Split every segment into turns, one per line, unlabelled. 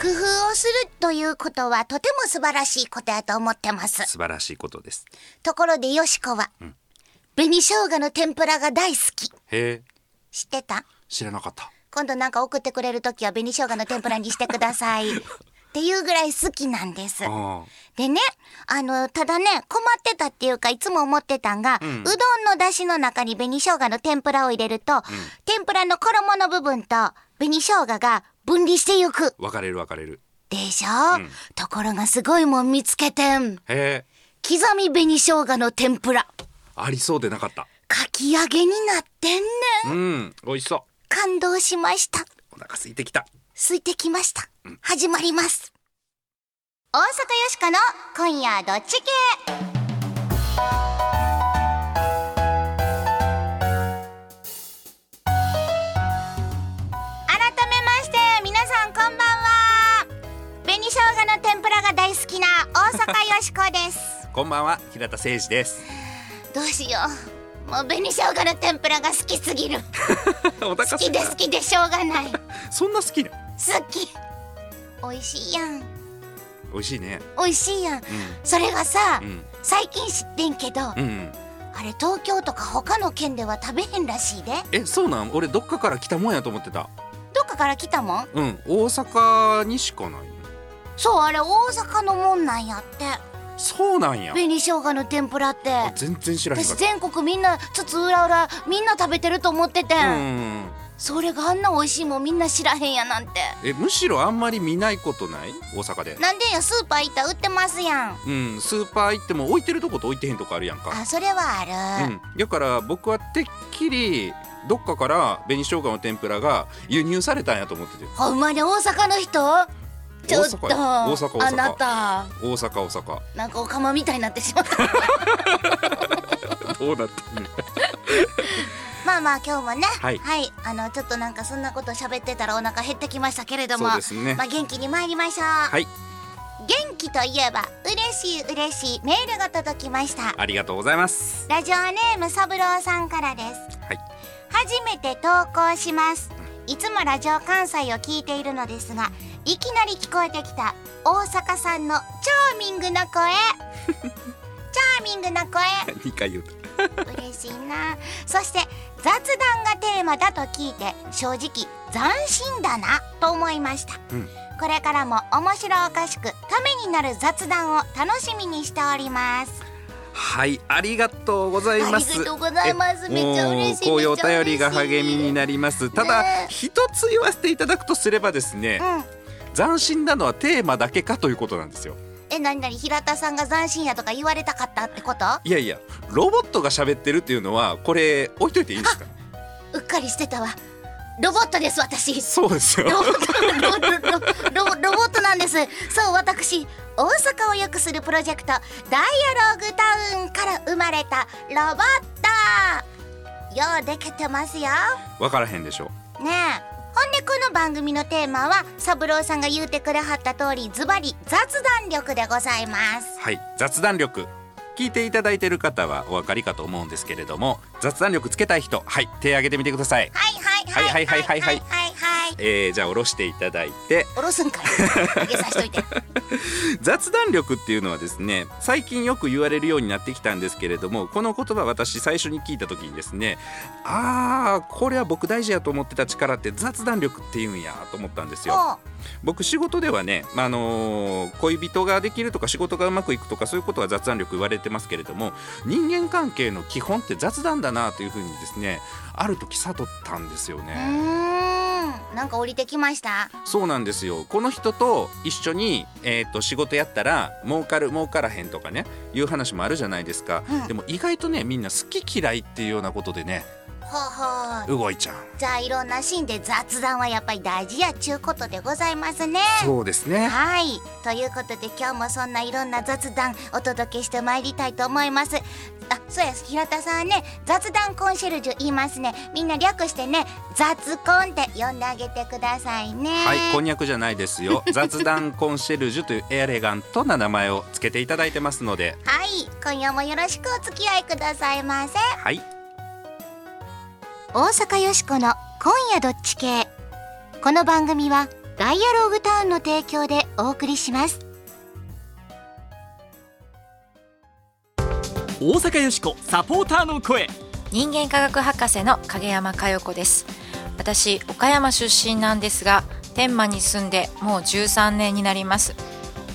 工夫をするということはとても素晴らしいことやと思ってます。
素晴らしいことです
ところでよしこは、紅生姜の天ぷらが大好き。
へえ
知ってた
知らなかった
今度なんか送ってくれるときは紅生姜の天ぷらにしてくださ い。っていうぐらい好きなんです。
あ
でね、あの、ただね、困ってたっていうか、いつも思ってたんが、うどんの出汁の中に紅生姜の天ぷらを入れると、天ぷらの衣の部分と紅生姜が分離してゆく。
ー分かれる分かれる
でしょ、ところがすごいもん見つけてん。
へえ
刻み紅生姜の天ぷら。
ありそうでなかった
かき揚げになってんねん。
うん美味しそ
感動しました。
うお腹空いてきた
空いてきました。始まります。大阪よしこの今夜どっち系改めまして皆さんこんばんは紅生姜の天ぷらが大好きな大阪よしこです
こんばんは平田誠二です
どうしようもう紅生姜の天ぷらが好きすぎる
お
好
腹空
き
い
で
た
好きでしょうがない好
そんな好きだ
き美味しいやん
美味しいね
美味しいやん
う
それがさ、
ん
最近知ってんけど、あ
うんうん
れ東京とか他の県では食べへんらしいで
えそうなん俺どっかから来たもんやと思ってた
どっかから来たもん
うん大阪にしかない
そうあれ大阪のもんなんやって
そうなんや
紅生姜の天ぷらって
あ全然知らへんか
私
った
全国みんなつつうらうらみんな食べてると思ってて、
うんうんうん
それがあんな美味しいもんみんな知らへんやなんて
えむしろあんまり見ないことない大阪で
なんでやスーパー行ったら売ってますやん
うんスーパー行っても置いてるとこと置いてへんとこあるやんか
あそれはあ
う
る、
んだから僕はてっきりどっかから紅生姜の天ぷらが輸入されたんやと思ってて
ほんまに大阪の人ちょっと
大阪や大阪大阪
あなた
大阪大阪
なんかお釜みたいになってしまった
どうなってんねん
まあまあ今日もね、は、
はいい
あのちょっとなんかそんなこと喋ってたらお腹減ってきましたけれども、
そうですね
まあ元気に参りましょう。
はい
元気といえば嬉しい嬉しいメールが届きました。
ありがとうございます
ラジオネーム三郎さんからです。
はい
初めて投稿します。いつもラジオ関西を聞いているのですが、いきなり聞こえてきた大阪さんのチャーミングな声。 チャーミングな声。
2回言うた
嬉しいなそして雑談がテーマだと聞いて正直斬新だなと思いました、
うん
これからも面白おかしくためになる雑談を楽しみにしております
はいありがとうございます
ありがとうございます
え
めっちゃ嬉しい
もうこうい
め
うお
っちゃ嬉しい
便りが励みになりますただ、
ねえ
一つ言わせていただくとすればですね
う、ん
斬新なのはテーマだけかということなんですよ
えなになに平田さんが斬新やとか言われたかったってこと
いやいやロボットが喋ってるっていうのはこれ置いといていいんですか
うっかりしてたわロボットです私
そうですよ
ロボットロボットロボロボットなんですそう私大阪を良くするプロジェクトダイアローグタウンから生まれたロボットようできてますよね
わからへんでしょ
えほんでこの番組のテーマは三郎さんが言うてくれはった通りズバリ雑談力でございます
はい雑談力聞いていただいてる方はお分かりかと思うんですけれども雑談力つけたい人はい手挙げてみてください、
はいはいはいはいはいはいはいはい
えー、じゃあ下ろしていただいて
おろす んかい上げさしといて
雑談力っていうのはですね最近よく言われるようになってきたんですけれどもこの言葉私最初に聞いた時にですねあーこれは僕大事やと思ってた力って雑談力っていうんやと思ったんですよ。
も
僕仕事ではね、まああのー恋人ができるとか仕事がうまくいくとかそういうことは雑談力言われてますけれども人間関係の基本って雑談だなというふうにですねある時悟ったんですよ
ううー
ね。
んなんか降りてきました
そうなんですよこの人と一緒に、えー、と仕事やったら儲かる儲からへんとかねいう話もあるじゃないですか、
うん
でも意外とねみんな好き嫌いっていうようなことでね
ほうほう
動いちゃう。
じゃあいろんなシーンで雑談はやっぱり大事やっちゅうことでございますね。
そうですね
はいということで今日もそんないろんな雑談お届けしてまいりたいと思います。あそうや平田さんね雑談コンシェルジュ言いますねみんな略してね雑コンって呼んであげてくださいね。
はい、こんにゃくじゃないですよ。雑談コンシェルジュというエレガントな名前をつけていただいてますので、
はい今夜もよろしくお付き合いくださいませ。
はい、
大阪よしこの今夜どっち系この番組はダイアローグタウンの提供でお送りします
大阪よしこサポーターの声
人間科学博士の影山佳代子です私岡山出身なんですが天満に住んでもう13年になります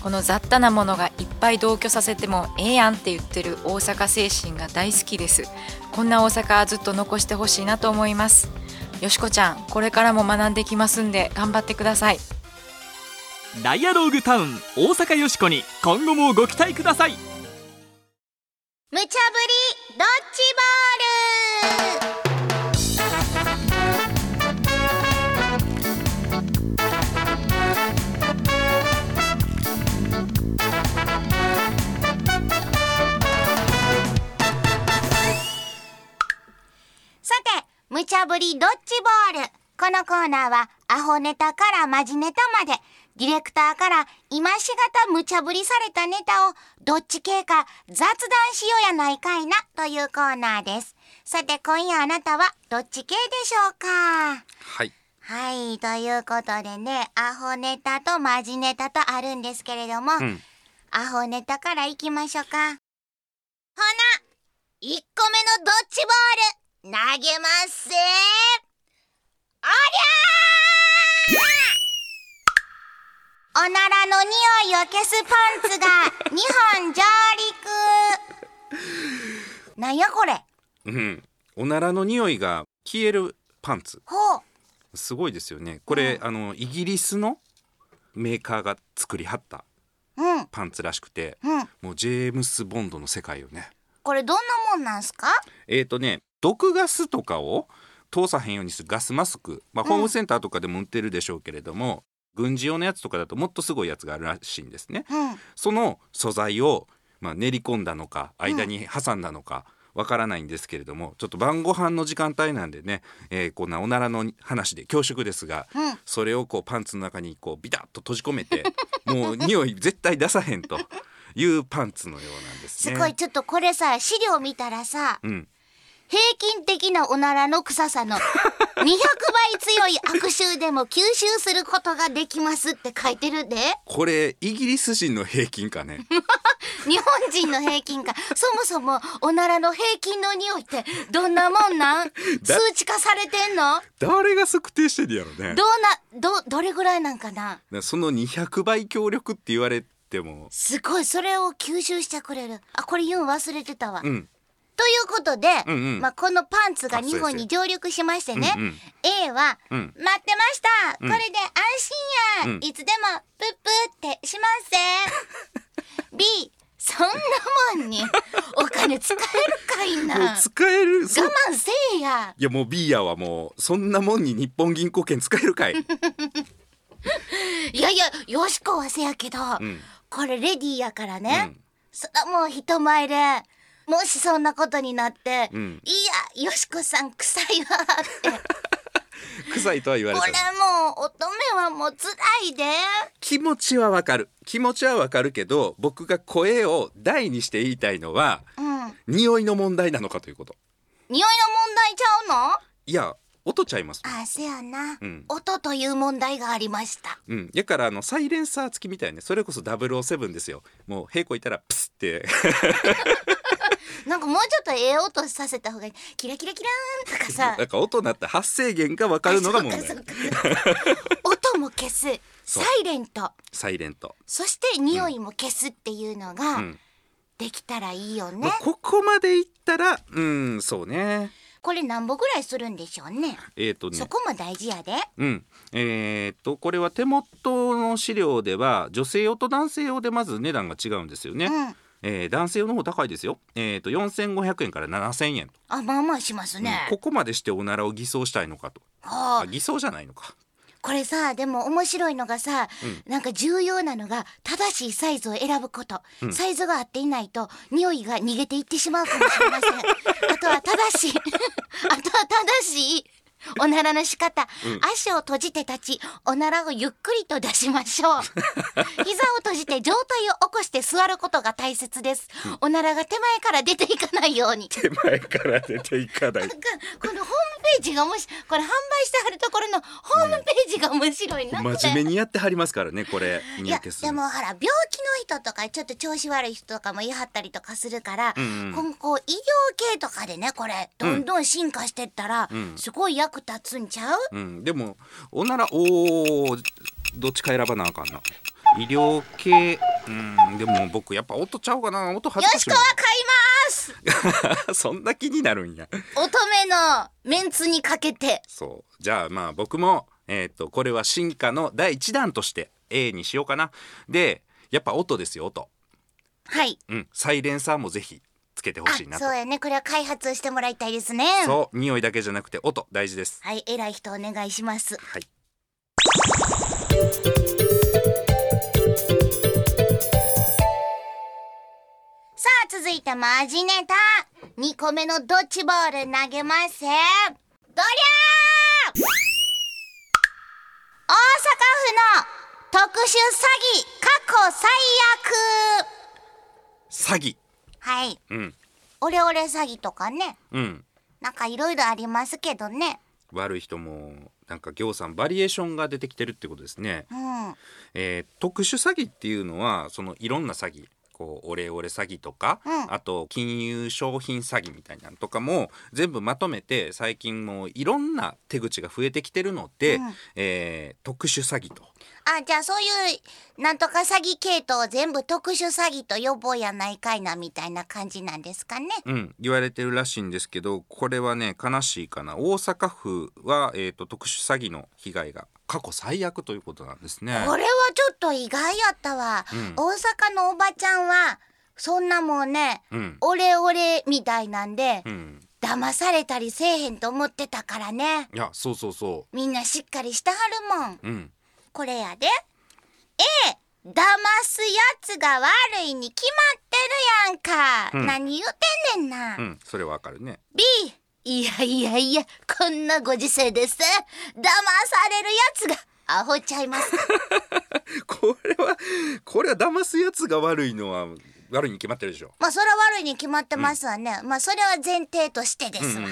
この雑多なものがいっぱい同居させてもええやんって言ってる大阪精神が大好きですこんな大阪はずっと残してほしいなと思いますよしこちゃんこれからも学んできますんで頑張ってください
ダイアローグタウン大阪よしこに今後もご期待ください
無茶ぶりドッジボールさて、無茶ぶりドッジボール。このコーナーは、アホネタからマジネタまで、ディレクターから今しがた無茶ぶりされたネタを、どっち系か雑談しようやないかいな、というコーナーです。さて、今夜あなたは、どっち系でしょうか
はい
はい、ということでね、アホネタとマジネタとあるんですけれども、
うん
アホネタからいきましょうか。ほな、1個目のドッジボール、投げますぜおりゃーおならの匂いを消すパン ツが2本上陸なんやこれ
うんおならの匂いが消えるパンツ
ほう
すごいですよねこれ、あのイギリスのメーカーが作りはった
うん
パンツらしくて、
うん
もうジェームス・ボンドの世界よね
これどんなもんなんすか
えーとね毒ガスとかを通さへんようにするガスマスク、まあ、ホームセンターとかでも売ってるでしょうけれども、軍事用のやつとかだともっとすごいやつがあるらしいんですね。
うん
その素材を、まあ、練り込んだのか間に挟んだのかわからないんですけれども、ちょっと晩ご飯の時間帯なんでね、えーこんなおならの話で恐縮ですが、
うん
それをこうパンツの中にこうビタッと閉じ込め てもう匂い絶対出さへんというパンツのようなんです
す
ね。
ごいちょっとこれさ資料見たらさ
うん、
平均的なおならの臭さ の200倍強い悪臭でも吸収することができますって書いてるで
これイギリス人の平均かね
日本人の平均がそもそもおならの平均の匂いってどんなもんなん
だ
数値化されてんの
誰が測定してるやろね
どうなどどれぐらいなんかな
その200倍強力って言われても
すごいそれを吸収してくれるあこれ言うん忘れてたわ、
う
というんことで、
うんうん
まあ、このパンツが
あ
日本に上陸しましてね、
うんうん
A は、
うん
待ってました、
ん
これで安心や、
うん
いつでもプップってし ますぜ B そんなもんにお金使えるかいな
もう
我
使える そう
慢せえや
いやもうビーヤはもうそんなもんに日本銀行券使え るかい、
いやいやよしこはせやけど、
ん
これレディーやからね、
うん
そらもう人前でもしそんなことになって、
うん
いやよしこさん臭いわって
臭いとは言われ
こ
た
れもう乙女はもう辛いで
気持ちはわかる気持ちはわかるけど僕が声を大にして言いたいのは
うん
匂いの問題なのかということ
匂いの問題ちゃうの
いや音ちゃいます
あせやな、
うん
音という問題がありました
うん、やからあのサイレンサー付きみたいねそれこそ007ですよもう平行いたらプスって
なんかもうちょっとええ音させた方がいいキラキラキラーンとかさ
なんか音鳴った発生源が分かるのが問
あそ
題
うかそう か音も消すサ
そう
イレント
サイレント、
そして匂いも消すっていうの
う
が
ん
できたらいいよね、
まあここまでいったらうんそうね
これ何本ぐらいするんでしょうね
えっ、とね
そこも大事やで
うんえーっとこれは手元の資料では女性用と男性用でまず値段が違うんですよね、
うん
えー男性用の方高いですよ、えー、と4500円から7000円と、
あまあまあしますね、
うんここまでしておならを偽装したいのかと
はあ
あ偽装じゃないのか
これさでも面白いのがさ、なんか重要なのが正しいサイズを選ぶこと、サイズが合っていないと匂いが 逃げていってしまうかもしれませんあとは正しいあとは正しいおならの仕方、
うん
足を閉じて立ちおならをゆっくりと出しましょう膝 を閉じて上体を起こして座ることが大切ですおならが手前から出ていかないように
手 前から出ていかない
なんかこのホームページが面白いこれ販売してはるところのホームページが面白いな、これ
真面目にやってはりますからねこれ
い
三
や
宅さ
で
ん
もほら病気の人とかちょっと調子悪い人とかも言い張ったりとかするから、
んうん
今後医療系とかでねこれどんどん進化してったら、
うん
すごい役立つんちゃう、
うん、でもおならおーどっちか選ばなあかんな医療系うんでも僕やっぱ音ちゃうかな音恥
よ
ずか
し
しい
こは買います
そんな気になるんや
乙女のメンツにかけて
そうじゃあまあ僕もえっ、とこれは進化の第一弾として A にしようかなでやっぱ音ですよ音
はい
うんサイレンサーもぜひつけてほ
あ
しいなと
そうやねこれは開発してもらいたいですね
そう匂いだけじゃなくて音大事です
はい偉い人お願いします
はい
さあ続いてマジネタ2個目のドッジボール投げますドリャー大阪府の特殊詐欺過去最悪
詐欺
はい
うん
オレオレ詐欺とかね
うん
なんかいろいろありますけどね
悪い人もなんか行さんバリエーションが出てきてるってことですね
うん
えー特殊詐欺っていうのはそのいろんな詐欺こうオレオレ詐欺とか、
うん
あと金融商品詐欺みたいなのとかも全部まとめて最近もういろんな手口が増えてきてるので、
うん
えー特殊詐欺と
あじゃあそういうなんとか詐欺系統を全部特殊詐欺と呼ぼうやないかいなみたいな感じなんですかね
うん、言われてるらしいんですけどこれはね悲しいかな大阪府は、えー、と特殊詐欺の被害が過去最悪ということなんですね。
これはちょっと意外やったわ、
うん
大阪のおばちゃんはそんなもんね
うん
オレオレみたいなんで
うん、
騙されたりせえへんと思ってたからね
いやそうそうそ
みんなしっかりしてはるもん
う、うん、
これやで A 騙すやつが悪いに決まってるやんか、
うん
何言うてんねんな、
うん、それわかるね。
B いやいやいやこんなご時世です騙されるやつがアホちゃいますか
これはこれは騙すやつが悪いのは悪いに決まってるでしょ。
まあそれは悪いに決まってますわね、まあそれは前提としてですわ、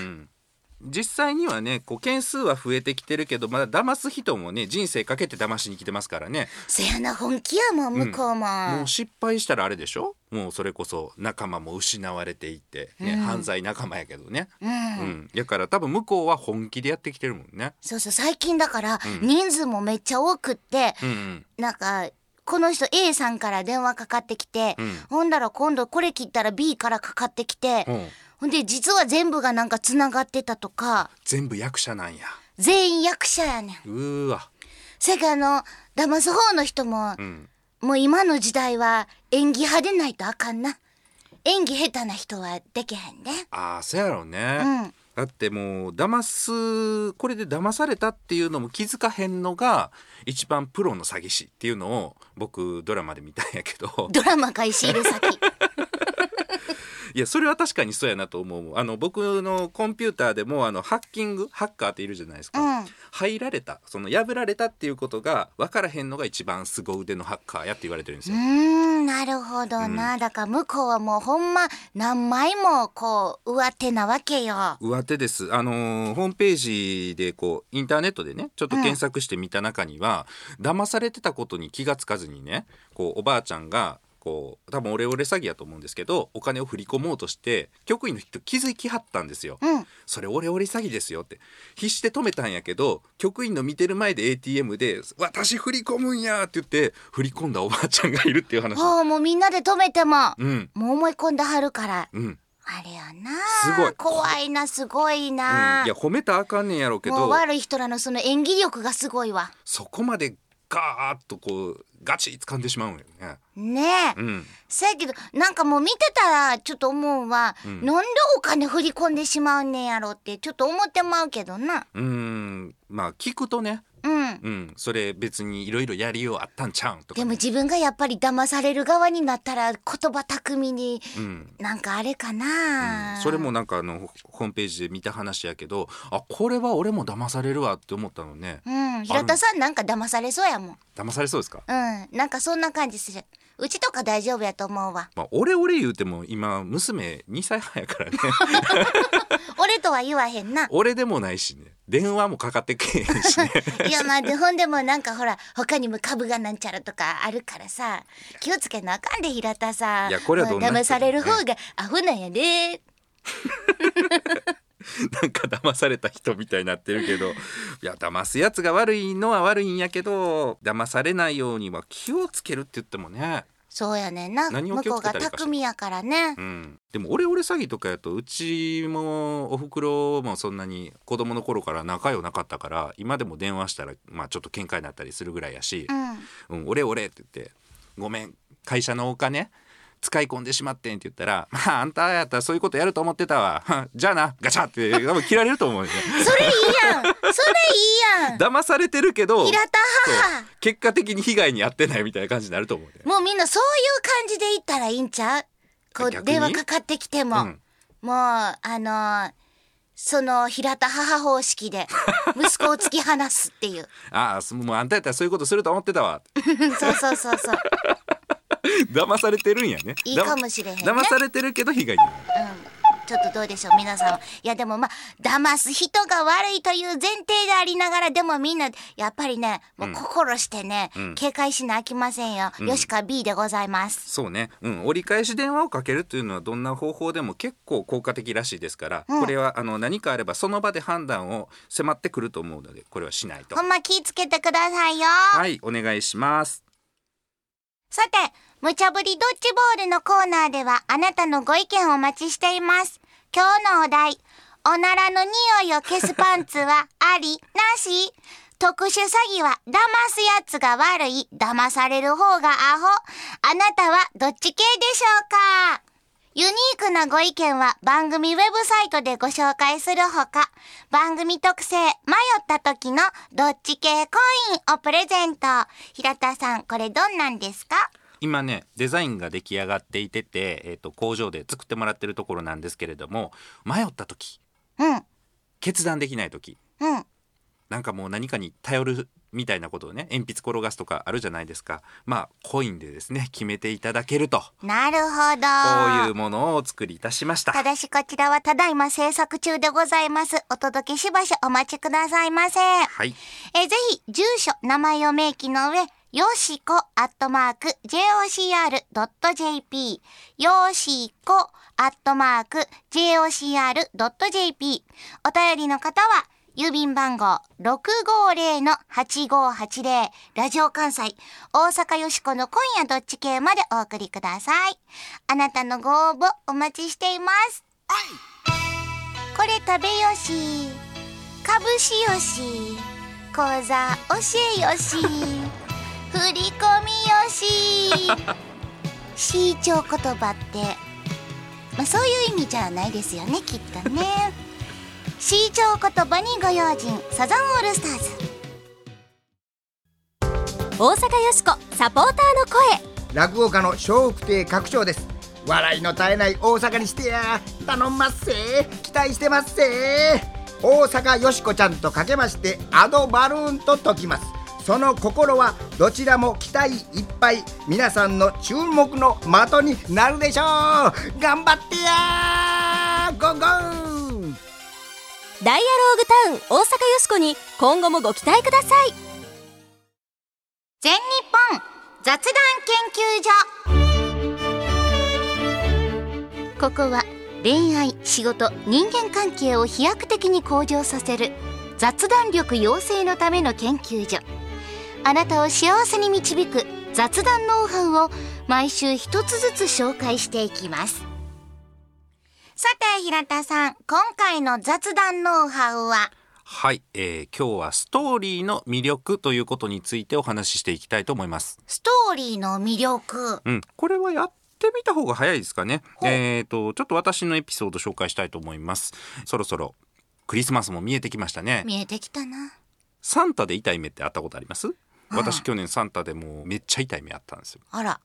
実際にはねこう件数は増えてきてるけどまだ騙す人もね人生かけて騙しに来てますからね、
そやな本気やもん向こうも、
もう失敗したらあれでしょもうそれこそ仲間も失われていって、ね犯罪仲間やけどね、
うん
うん、だから多分向こうは本気でやってきてるもんね。
そうそう最近だから
うん
人数もめっちゃ多くって、
うんうん
なんかこの人 A さんから電話かかってきて、
うん
ほんだら今度これ切ったら B からかかってきて、
うん
ほんで実は全部がなんかつながってたとか
全部役者なんや
全員役者やねん。
うーわ、
せやからあの騙す方の人も
う、ん、
もう今の時代は演技派でないとあかんな演技下手な人はできへんね。
ああそうやろうね、
うん
だってもう騙すこれで騙されたっていうのも気づかへんのが一番プロの詐欺師っていうのを僕ドラマで見たんやけど
ドラマか石入れ 先
いやそれは確かにそうやなと思うあの僕のコンピューターでもあのハッキングハッカーっているじゃないですか、
うん
入られたその破られたっていうことが分からへんのが一番凄腕のハッカーやって言われてるんです
うー
よ。
んなるほどな、だから向こうはもうほんま何枚もこう上手なわけよ。
上手です、あのーホームページでこうインターネットでねちょっと検索してみた中には、騙されてたことに気がつかずにねこうおばあちゃんがこう多分オレオレ詐欺やと思うんですけどお金を振り込もうとして局員の人気づきはったんですよ。
うん
それオレオレ詐欺ですよって必死で止めたんやけど局員の見てる前で ATM で「私振り込むんや」って言って振り込んだおばあちゃんがいるっていう話。
ほうもうみんなで止めても、
うん、
もう思い込んではるから
うん
あれやな
すごい
怖いなすごい
うん
な、
いや褒めたらあかんねんやろうけ
もう
ど
悪い人らのその演技力がすごいわ
そこまでガーッとこうガチ掴んでしまうんよね。
ねえ、
うん、
そやけどなんかもう見てたらちょっと思うわ、
うん
なんでお金振り込んでしまうねんやろってちょっと思ってまうけどな
うーんまあ聞くとね、
うん
うん、それ別にいろいろやりようあったんちゃうんとか
で
ね、
も自分がやっぱり騙される側になったら言葉巧みに
うん、
なんかあれかな、
それもなんかあのホホームページで見た話やけどあこれは俺も騙されるわって思ったのね
うん平田さんなんか騙されそうやもん
騙されそうですか、
うんなんかそんな感じするうちとか大丈夫やと思うわ
まあ、俺俺言うても今娘2歳半やからね
俺とは言わへんな
俺でもないしね電話もかかってけえへんしね
いやまあでほんでもなんかほら他にも株がなんちゃらとかあるからさ気をつけなあかんで平田さん
いやこれはどんな人でもね
騙される方がアホなんやで
なんか騙された人みたいになってるけどいや騙すやつが悪いのは悪いんやけど騙されないようには気をつけるって言ってもね
そうやねんな
何
向
を気
こ
を
う
つけ
が
たらいいかしら
巧みやからね
うん、でもオレオレ詐欺とかやとうちもおふくろもそんなに子供の頃から仲良なかったから今でも電話したら、まあ、ちょっと喧嘩になったりするぐらいやし
う
「
ん
うん、オレオレ」って言って「ごめん会社のお金使い込んでしまってん」って言ったら「まああんたやったらそういうことやると思ってたわ はんじゃあなガチャ」って多分切られると思うよね
それいいやんそれいいやん
騙されてるけど
平田
そう結果的に被害に遭ってないみたいな感じになると思うね。
母もうみんなそういう感じで行ったらいいんちゃうこう
逆に
電話かかってきても、
うん
もうあのーその平田母方式 で息子を突き放すっていう
ああすもうあんたやったらそういうことすると思ってたわ
そうそうそうそう
騙されてるんやね
いいかもしれへんね
騙されてるけど被害に遭う
ちょっとどうでしょう皆さんはいやでもまあ騙す人が悪いという前提でありながらでもみんなやっぱりねもう心してね、
ん
警戒しなあきませんよ、よしか B でございます
そうね、うん、折り返し電話をかけるというのはどんな方法でも結構効果的らしいですから、
うん
これはあの何かあればその場で判断を迫ってくると思うのでこれはしないと
ほ。んま気ぃつけてくださいよ、
はいお願いします。
さて、無茶ぶりドッジボールのコーナーではあなたのご意見をお待ちしています。今日のお題、おならの匂いを消すパンツはあり、なし特殊詐欺は騙すやつが悪い、騙される方がアホ。あなたはどっち系でしょうかユニークなご意見は番組ウェブサイトでご紹介するほか、番組特製迷った時のどっち系コインをプレゼント。平田さん、これどんなんですか
今ねデザインが出来上がっていてて、えー、と工場で作ってもらってるところなんですけれども迷った時
うん、
決断できない時
うん。
なんかもう何かに頼るみたいなことをね鉛筆転がすとかあるじゃないですかまあコインでですね決めていただけるとこ
なるほど。
ういうものをお作りいたしました。
ただしこちらはただいま制作中でございます。お届けしばしお待ちくださいませ。
はい
えーぜひ、住所、名前を明記の上、よしこアットマーク jocr.jp よしこアットマーク jocr.jp お便りの方は、郵便番号650-8580ラジオ関西大阪よしこの今夜どっち系までお送りください。あなたのご応募お待ちしています。これ食べよし、株式よし。講座教えよ し振り込みよし市長言葉って、まあ、そういう意味じゃないですよねきっとね 市長言葉にご用心サザンオールスターズ
大阪よしこサポーターの声
落語家の笑福亭拡張です笑いの絶えない大阪にしてや頼んますせ期待してますせ大阪よしこちゃんとかけましてアドバルーンと解きますその心はどちらも期待いっぱい皆さんの注目の的になるでしょう頑張ってやゴーゴー
ダイアローグタウン大阪よしこに今後もご期待ください
全日本雑談研究所ここは恋愛仕事人間関係を飛躍的に向上させる雑談力養成のための研究所あなたを幸せに導く雑談ノウハウを毎週一つずつ紹介していきますさて平田さん今回の雑談ノウハウは
はい、えー今日はストーリーの魅力ということについてお話ししていきたいと思います。
ストーリーの魅力
うん、これはやってみた方が早いですかね。えっ、とちょっと私のエピソード紹介したいと思います。そろそろクリスマスも見えてきましたね。
見えてきたな
サンタで痛い目ってあったことあります？私去年サンタでもうめっちゃ痛い目あったんですよ。
あら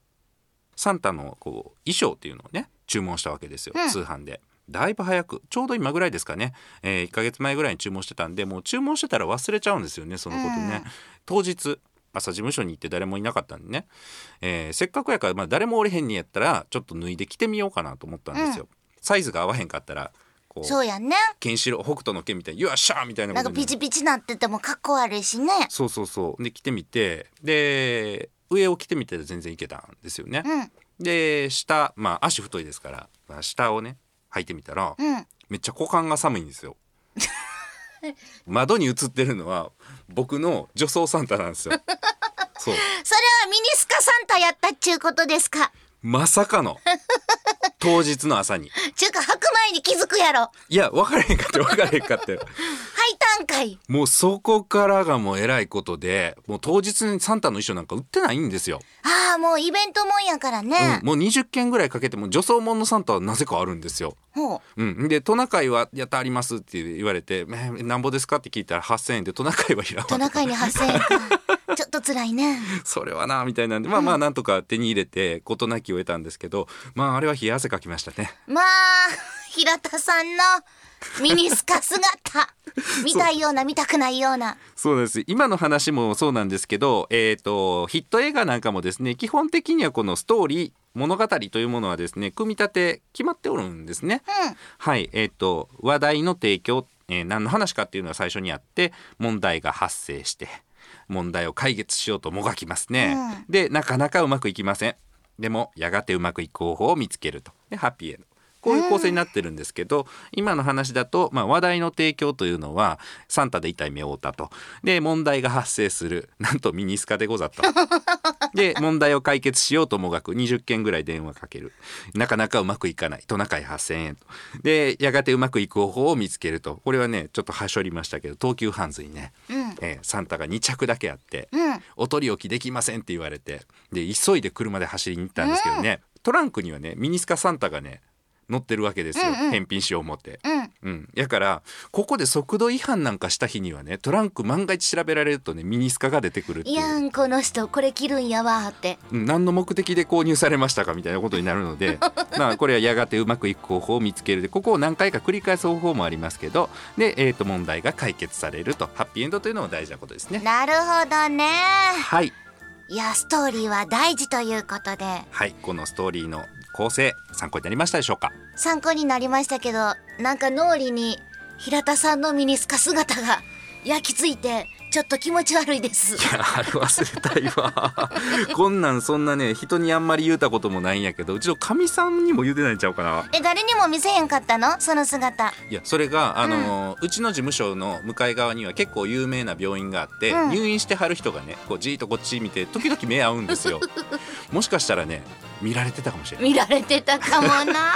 サンタのこう衣装っていうのをね注文したわけですよ、
うん
通販で。だいぶ早くちょうど今ぐらいですかね、え1ヶ月前ぐらいに注文してたんでもう注文してたら忘れちゃうんですよねそのことね、当日朝事務所に行って誰もいなかったんでね、えーせっかくやから、まあ、誰もおれへんにやったらちょっと脱いで着てみようかなと思ったんですよ、サイズが合わへんかったらこう
そうやね
ケンシロウ北斗の剣みたいに「よっしゃ!」みたいなこ
なん
と
か
に
ピチピチなっててもかっこ悪いしね
そうそうそうで着てみてで上を着てみて全然いけたんですよね、
うん
で下まあ足太いですから、まあ、下をね履いてみたら、
うん
めっちゃ股間が寒いんですよ窓に映ってるのは僕の女装サンタなんですよ
そ
そう
れはミニスカサンタやったっちゅうことですか
まさかの当日の朝に
ちゅうか履く前に気づくやろ
いや分からへんかった分からへんかったよ
履いたんかい
もうそこからがもうえらいことでもう当日にサンタの衣装なんか売ってないんですよ、
ああもうイベントもんやからね
うん、、もう20件ぐらいかけても女装もんのサンタはなぜかあるんですよ
ほう
うん、でトナカイはやったありますって言われて「えなんぼですか?」って聞いたら8,000円でトナカイはいらんわ
トナカイに8000円か ちょっと辛いね
それはなみたいなんでまあまあなんとか手に入れて事なきを得たんですけどまああれは冷や汗かきましたね
まあ平田さんのミニスカ姿見たいような見たくないような
そうです今の話もそうなんですけど、えー、とヒット映画なんかもですね基本的にはこのストーリー物語というものはですね組み立て決まっておるんですね。はい、えっ、と話題の提供、えー何の話かっていうのは最初にあって問題が発生して問題を解決しようともがきますね。でなかなかうまくいきません。でもやがてうまくいく方法を見つけるとでハッピーエンド。こういう構成になってるんですけど、今の話だと、まあ、話題の提供というのはサンタで痛い目を負ったとで問題が発生するなんとミニスカでござったで問題を解決しようともがく20件ぐらい電話かけるなかなかうまくいかないトナカイ8,000円とでやがてうまくいく方法を見つけるとこれはねちょっとはしょりましたけど東急ハンズにね、えーサンタが2着だけあって、お取り置きできませんって言われてで急いで車で走りに行ったんですけどね、トランクにはねミニスカサンタがね乗ってるわけですよ、返品しよう思って。
うん
うん、やからここで速度違反なんかした日にはねトランク万が一調べられるとねミニスカが出てくるって
い
いう
やんこの人これ着るんやわーって
うん何の目的で購入されましたかみたいなことになる のでまあこれはやがてうまくいく方法を見つけるでここを何回か繰り返す方法もありますけどで、えー、と問題が解決されるとハッピーエンドというのも大事なことですね。
なるほどね
はい、
いやストーリーは大事ということで
はい、このストーリーの構成参考になりましたでしょうか
参考になりましたけどなんか脳裏に平田さんのミニスカ姿が 焼き付いてちょっと気持ち悪いです
いや あれ忘れたいわ こんなんそんなね人にあんまり言うたこともないんやけどうちのかみさんにも言うてないんちゃうかな
え誰にも見せへんかったのその姿
いやそれがあのーうちの事務所の向かい側には結構有名な病院があって、
うん
入院してはる人がねこうじーっとこっち見て時々目合うんで すよもしかしたらね見られてたかもしれない
見られてたかもな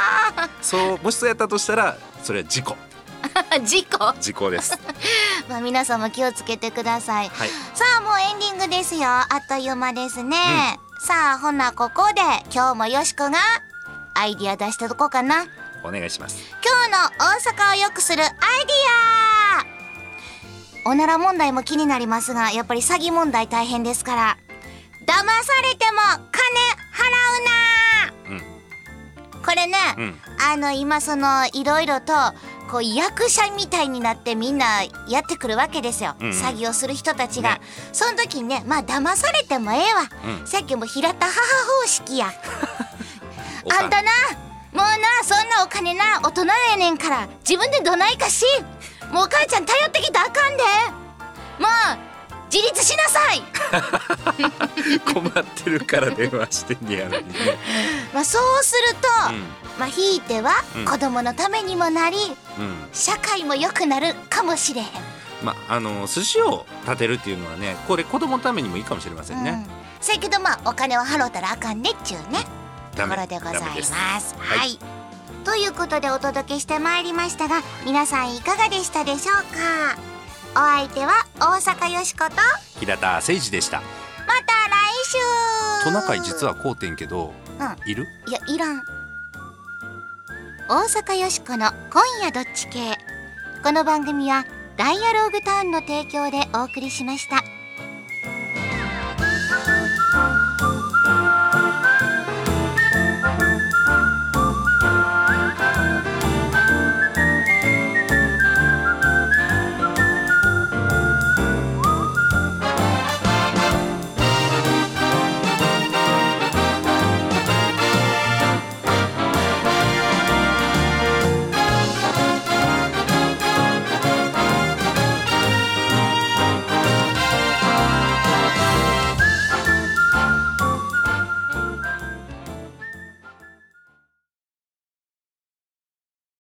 そうもしそうやったとしたらそれは事故
事故
事 故です
まあ皆さんも気をつけてください、
はい
さあもうエンディングですよあっという間ですね、さあほなここで今日もよしこがアイディア出してどこうかな
お願いします
今日の大阪を良くするアイディアおなら問題も気になりますがやっぱり詐欺問題大変ですから騙されても金払うな、これね、
うん
あの今そのいろいろとこう役者みたいになってみんなやってくるわけですよ、
うんうん
詐欺をする人たちが、
ね
その時にねまあ騙されてもええわ、
うん
さっきも平田母方式や
お
あ
か
んたなもうなそんなお金な大人やねんから自分でどないかしもうお母ちゃん頼ってきたらあかんでもう自立しなさ い
困ってるから電話してんねやのにね、
まあそうすると、 まあひいては
うん
子供のためにもなり
うんうん
社会も良くなるかもしれへん、
まああの寿司を立てるっていうのはねこれ子供のためにもいいかもしれません
う
ね
ん、せやけどまあお金を払うたらあかんねっちゅうねと
ダ
こ
メ
ろでござい
ダメ
ま
です
すはい、
はい
ということでお届けしてまいりましたが皆さんいかがでしたでしょうかお相手は大阪よしこと
平田誠二でした
また来週
トナカイ実はこうてんけど、いる
いやいらん大阪よしこの「今夜どっち系」この番組は「ダイアローグタウン」の提供でお送りしました。